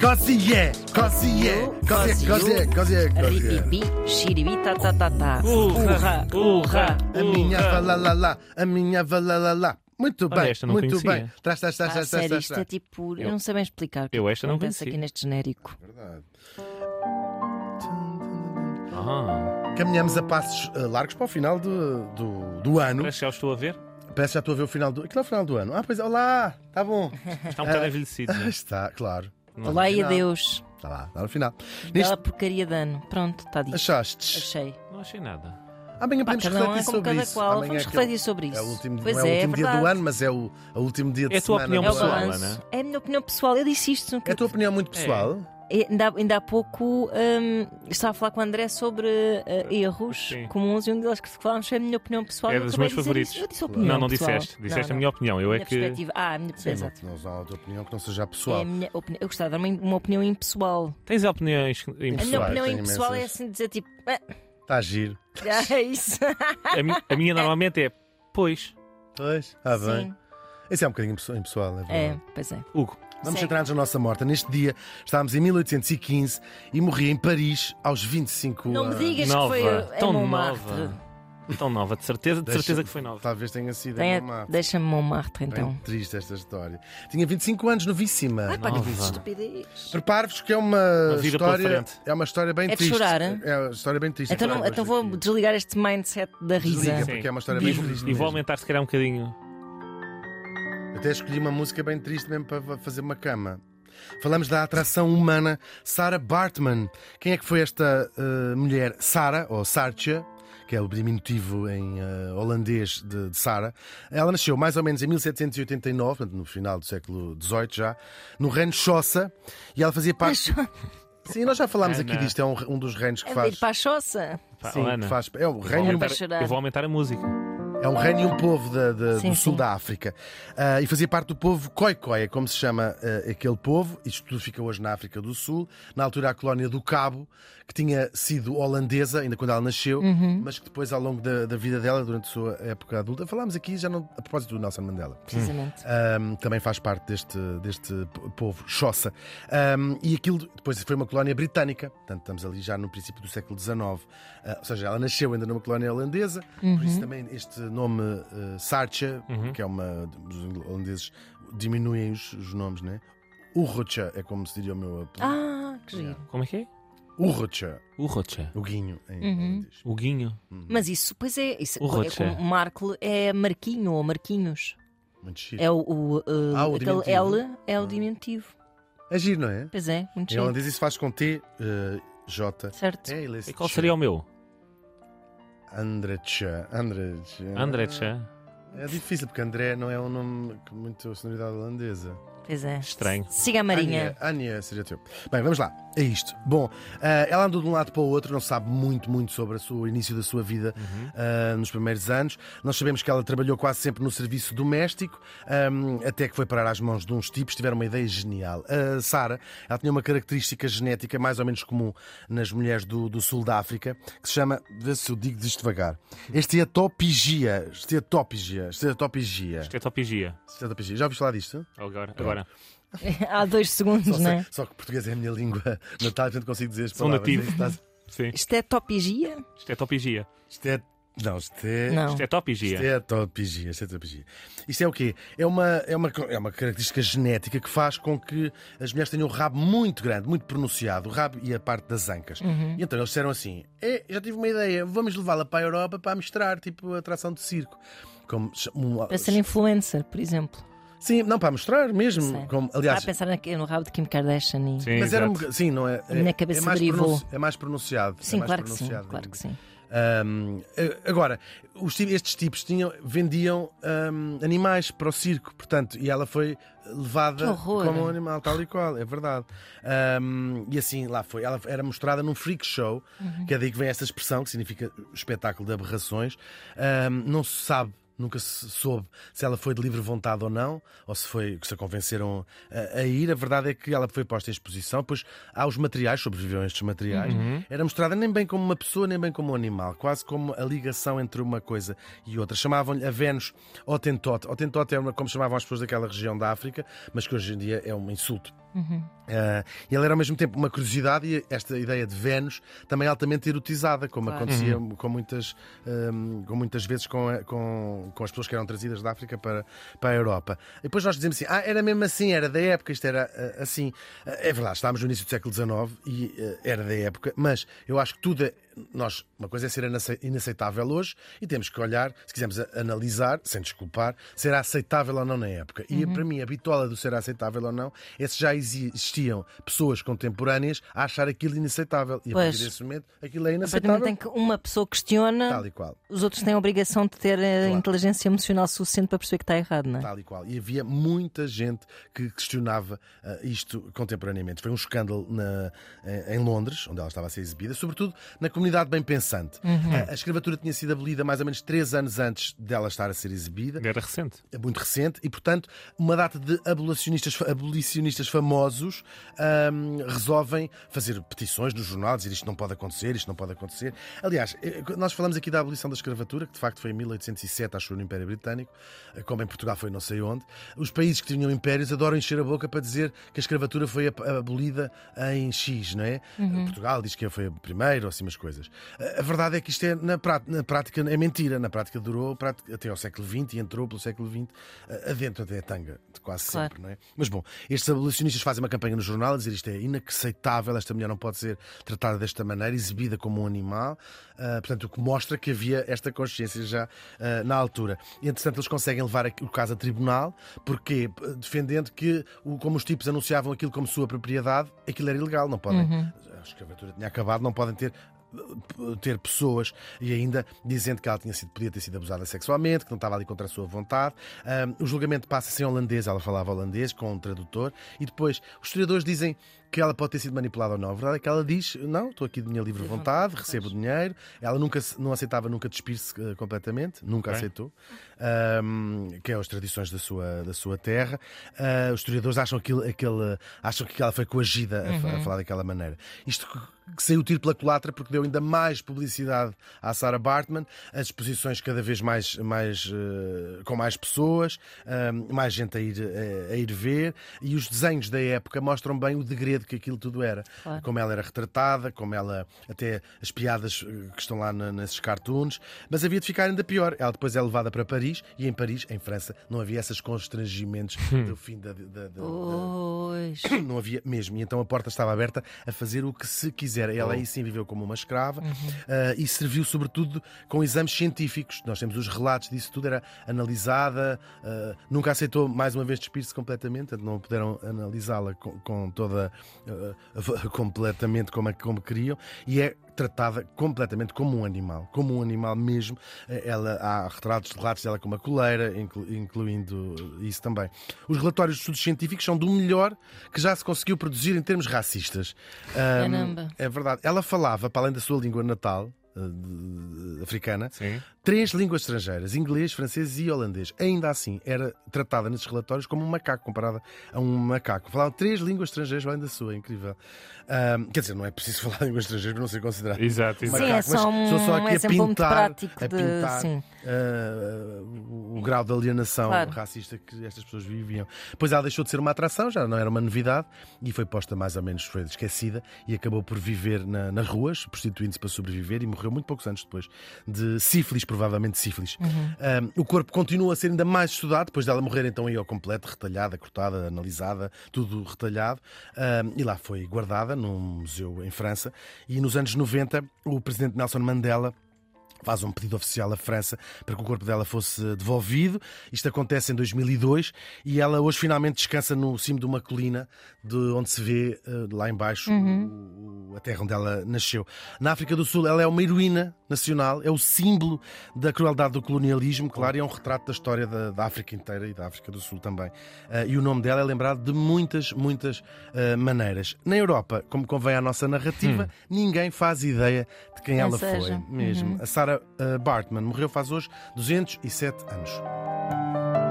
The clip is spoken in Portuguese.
Cosier, cosier, cosier, cosier, cosier, É cosier. Ripipi, xiribi, tatatá. Urra, urra, A minha valalala, a minha valalala. Muito Olha, bem, esta não muito conhecia. bem. Traz, traz, traz, traz, Ah, traz, sério, traz, isto é traz. tipo. Eu, não sei bem explicar. o que Eu esta não acontece conhecia. aqui neste genérico. Ah, tipo- Caminhamos a passos eh, largos para o final do, do, do ano. parece que já o estou a ver. Parece que já estou a ver o final do. Aquilo é o final do ano. Ah, pois é, olá, está bom. Está um bocado envelhecido, não Ah, é? Está, claro. Não. Olá e final. adeus. Está lá, está no final. Bela Nisto porcaria de ano. Pronto, está dito. Achastes? Achei. Não achei nada. Amanhã Pá, podemos cada um é refletir como sobre cada isso. qual. Amanhã Vamos é aquele- refletir sobre isso. É o último, Pois não é o é, último dia do verdade. ano, mas é o, o último dia de É a tua semana. opinião É o pessoal, balanço. Ana? É a minha opinião pessoal. Eu disse isto. Que É a tua opinião muito pessoal? Eh, Ainda, ainda há pouco hum, estava a falar com o André sobre eh, erros Sim. comuns e um deles que falámos é a minha opinião pessoal. É Eu dos meus acabei de dizer favoritos. isso. Eu disse opinião Não, não pessoal. disseste. Disseste Não, a não. minha opinião. Eu Minha é que. perspectiva. Ah, a minha perspectiva. Não, não há outra É opinião que não seja É pessoal. a minha opinião. Eu gostava de dar uma, uma opinião impessoal. Tens opiniões A impessoais. minha opinião tenho impessoal é imensas. assim dizer tipo. "Ah, Está a Tá giro. é isso. A, mi- a minha normalmente é. Pois, Pois. Ah, bem. Sim. Isso é um bocadinho impesso- impessoal, é verdade. É, pois é. Hugo. Vamos Segue. centrar-nos na nossa morte. Neste dia, estávamos em 1815 e morria em Paris aos 25 Não me ah, digas nova. que foi em tão Montmartre. nova. Tão nova, de certeza, de Deixa- certeza que foi nova. Talvez tenha sido Tem- em Montmartre. Deixa-me Montmartre então. Bem triste esta história. Tinha 25 anos, novíssima. Pá, que Nova. estupidez. Prepare-vos que é uma, vida pela história. frente. É uma história bem É de triste. chorar, hein? é uma história bem triste. Então, não- Falarmos então vou aqui. desligar este mindset da Desliga, risa. porque é uma história E, bem e triste. vou mesmo. aumentar se calhar um bocadinho. Até escolhi uma música bem triste mesmo para fazer uma cama. Falamos da atração humana Sarah Bartman. Quem é que foi esta eh, mulher? Sarah, ou Sartia, que é o diminutivo em eh, holandês de, de Sarah. Ela nasceu mais ou menos em 1789, portanto, no final do século XVIII já, no reino Choça, e ela fazia parte... Sim, nós já falámos aqui Ana. disto, é um, um dos reinos que É para faz... É ir Hum. para a choça. Pá, Sim, Ana, que faz- é o eu vou reino Era para aumentar- chorar. eu vou aumentar a música. é um reino e um povo da- da- Sim, do sul sim. da África. Ah, e fazia parte do povo Khoikhoi, é como se chama ah, aquele povo. Isto tudo fica hoje na África do Sul. Na altura, a colónia do Cabo, que tinha sido holandesa, ainda quando ela nasceu, Uhum. mas que depois, ao longo da, da vida dela, durante a sua época adulta, falámos aqui já não, a propósito do Nelson Mandela. Precisamente. Ahm, também faz parte deste, deste po- povo Xhosa. Ahm, e aquilo depois foi uma colónia britânica, portanto estamos ali já no princípio do século XIX. Ah, ou seja, ela nasceu ainda numa colónia holandesa, Uhum. por isso também este nome uh, Sarcha, que é uma. Os holandeses diminuem os, os nomes, né? Urrocha é como se diria o meu apelido. Ah, que giro. Como é que é? Urrocha, O Rocha. o guinho em holandês. Hum, O Guinho. Mas isso, pois é, isso, O é Rocha. como o Marco é Marquinho ou Marquinhos. Muito chique. É, É o, o, uh, Ah, o aquele diminutivo. L é o diminutivo. giro, não é? Pois é, muito Em giro. holandês isso faz com T, eh, J. Certo. É, ele é E qual seria o meu? Andrecha. Andrecha. Andrecha. É difícil, porque André não é um nome com muita sonoridade holandesa. Pois é. Estranho. Siga a Marinha. Ania, Ania seria teu. Bem, vamos lá. É isto. Bom, ah, ela andou de um lado para o outro, não sabe muito, muito sobre a sua- o início da sua vida ah, nos primeiros anos. Nós sabemos que ela trabalhou quase sempre no serviço doméstico, ahm, até que foi parar às mãos de uns tipos, tiveram uma ideia genial. A Sara, ela tinha uma característica genética mais ou menos comum nas mulheres do, do sul da África, que se chama, vê se eu digo isto devagar, esteatopigia. Esteatopigia. Esteatopigia. é- Estetopigia. Esteatopigia. Já ouviste falar disto? Agora. agora. Há dois segundos, Só, não sei- é? só que português é a minha língua natal, portanto consigo dizer as Sou palavras. nativo. Isto está- Sim. Isto é topigia? Estetopigia. Isto é. Não, isto é. Não. Isto Estetopigia. é topigia, isto é topigia. Isto é o quê? É uma, é, uma, co- é uma característica genética que faz com que as mulheres tenham o rabo muito grande, muito pronunciado, o rabo e a parte das ancas. Uhum. E então eles disseram assim: "É, já tive uma ideia, vamos levá-la para a Europa para mostrar, tipo, a atração de circo. Como, ch- um- Para ser influencer, por exemplo. Sim, não, para mostrar mesmo. Sei. Ah, Como, Está aliás, a pensar naque- no rabo de Kim Kardashian e. Sim, mas era um, exato. sim, não é? A minha é- cabeça é mais derivou. pronunci- É mais pronunciado. é Sim, mais claro que sim. pronunciado. Claro que sim. Ahm, eh, agora, os ti- estes tipos tinham, vendiam ahm, animais para o circo, portanto, e ela foi levada Que horror. como um animal, tal e qual, é verdade. Ahm, e assim, lá foi. Ela era mostrada num freak show, Uhum. que é daí que vem essa expressão, que significa espetáculo de aberrações. Ahm, não se sabe. Nunca se soube se ela foi de livre vontade ou não, ou se foi que se a convenceram a, a ir. A verdade é que ela foi posta em exposição, pois há os materiais, sobreviveram estes materiais. Era mostrada nem bem como uma pessoa, nem bem como um animal, quase como a ligação entre uma coisa e outra. Chamavam-lhe a Vênus Hottentot. Hottentot é uma, como chamavam as pessoas daquela região da África, mas que hoje em dia é um insulto Eh, ele era ao mesmo tempo uma curiosidade e esta ideia de Vênus também altamente erotizada, como Claro. acontecia com, muitas, ehm, com muitas vezes com, a- com, com as pessoas que eram trazidas da África para, para a Europa. E depois nós dizemos assim: ah, era mesmo assim, era da época, isto era eh, assim. Eh, É verdade, estávamos no início do século XIX e eh, era da época, mas eu acho que tudo. é- Nós, uma coisa é ser inace- inaceitável hoje e temos que olhar, se quisermos a- analisar, sem desculpar, se era aceitável ou não na época. E para mim, a bitola do ser aceitável ou não é se já existiam pessoas contemporâneas a achar aquilo inaceitável. E a Pois. partir desse momento, aquilo é A partir do momento em inaceitável. que uma pessoa questiona, Tal e qual. os outros têm a obrigação de ter eh, inteligência emocional suficiente para perceber que está errado, não é? Tal e qual. E havia muita gente que questionava ah, isto contemporaneamente. Foi um escândalo na- em- em Londres, onde ela estava a ser exibida, sobretudo na comunidade bem pensante. Ah, a escravatura tinha sido abolida mais ou menos três anos antes dela estar a ser exibida Guerra recente. é muito recente e, portanto, uma data de abolicionistas, abolicionistas famosos ahm, resolvem fazer petições no jornal, dizer isto não pode acontecer, isto não pode acontecer. Aliás, eh, nós falamos aqui da abolição da escravatura, que de facto foi em 1807, acho eu, no Império Britânico, eh, como em Portugal foi não sei onde. Os países que tinham impérios adoram encher a boca para dizer que a escravatura foi ab- abolida em X, não é? Portugal diz que foi a primeira ou assim umas coisas. A- A verdade é que isto é, na, prá- na prática é mentira. Na prática durou prati- até ao século XX e entrou pelo século XX a- adentro até a tanga, de quase Claro. sempre, não é? Mas bom, estes abolicionistas fazem uma campanha no jornal a dizer isto é inaceitável, esta mulher não pode ser tratada desta maneira, exibida como um animal. Ah, portanto, o que mostra que havia esta consciência já ah, na altura. E, entretanto, eles conseguem levar aqui- o caso a tribunal, porque eh, defendendo que, o- como os tipos anunciavam aquilo como sua propriedade, aquilo era ilegal, não podem. A escravatura tinha acabado, não podem ter eh, ter pessoas e ainda dizendo que ela tinha sido, podia ter sido abusada sexualmente, que não estava ali contra a sua vontade. Ahm, o julgamento passa-se em holandês, ela falava holandês com um tradutor, e depois os historiadores dizem que ela pode ter sido manipulada ou não. A verdade é que ela diz: Não, estou aqui de minha livre vontade, recebo dinheiro. Ela nunca se- não aceitava nunca despir-se eh, completamente, nunca Ok. aceitou, ahm, que é as tradições da sua, da sua terra. Ah, os historiadores acham, aquilo, aquele, acham que ela foi coagida a fa- a, falar daquela maneira. Isto que- que saiu tiro pela culatra porque deu ainda mais publicidade à Sarah Bartman, as exposições cada vez mais, mais eh, com mais pessoas, ahm, mais gente a ir, eh, a ir ver, e os desenhos da época mostram bem o degredo que aquilo tudo era. Claro. Como ela era retratada, como ela. até as piadas eh, que estão lá na- nesses cartoons, mas havia de ficar ainda pior. Ela depois é levada para Paris, e em Paris, em França, não havia esses constrangimentos do fim da- da- da, Oh. da, Pois. não havia mesmo, e então a porta estava aberta a fazer o que se quiser. Ela aí sim viveu como uma escrava ah, e serviu sobretudo com exames científicos. Nós temos os relatos disso tudo, era analisada, ah, nunca aceitou mais uma vez despir-se completamente, portanto, não puderam analisá-la com, com toda ah, completamente como, a- como queriam, e é tratada completamente como um animal, como um animal mesmo. Eh, Ela, há retratos, relatos dela com uma coleira, inclu- incluindo eh, isso também. Os relatórios de estudos científicos são do melhor que já se conseguiu produzir em termos racistas. Ahm, Caramba. é verdade. Ela falava, para além da sua língua natal, eh, de- de- africana, Sim. três línguas estrangeiras, inglês, francês e holandês. Ainda assim, era tratada nesses relatórios como um macaco, comparada a um macaco. Falava três línguas estrangeiras além da sua, é incrível. Ahm, quer dizer, não é preciso falar línguas estrangeiras para não ser considerado Exato, Macaco, exato. Sim, é só mas um, estou só aqui a exemplo muito pintar- prático a de. pintar. Sim. ah, o, o grau de alienação Claro. racista que estas pessoas viviam. Pois ela deixou de ser uma atração, já não era uma novidade, e foi posta mais ou menos, foi esquecida, e acabou por viver na- nas ruas, prostituindo-se para sobreviver, e morreu muito poucos anos depois de sífilis, provavelmente sífilis. Uhum. Ah, o corpo continua a ser ainda mais estudado, depois dela morrer, então aí ao completo, retalhada, cortada, analisada, tudo retalhado, ah, e lá foi guardada num museu em França, e nos anos 90 o presidente Nelson Mandela faz um pedido oficial à França para que o corpo dela fosse devolvido. Isto acontece em 2002 e ela hoje finalmente descansa no cimo de uma colina de onde se vê eh, lá embaixo o- o- a terra onde ela nasceu. Na África do Sul ela é uma heroína nacional, é o símbolo da crueldade do colonialismo, claro, e é um retrato da história da, da África inteira e da África do Sul também. Eh, e o nome dela é lembrado de muitas, muitas eh, maneiras. Na Europa, como convém à nossa narrativa, ninguém faz ideia de quem Ou ela seja, foi mesmo. A Sarah eh, Bartman morreu faz hoje 207 anos.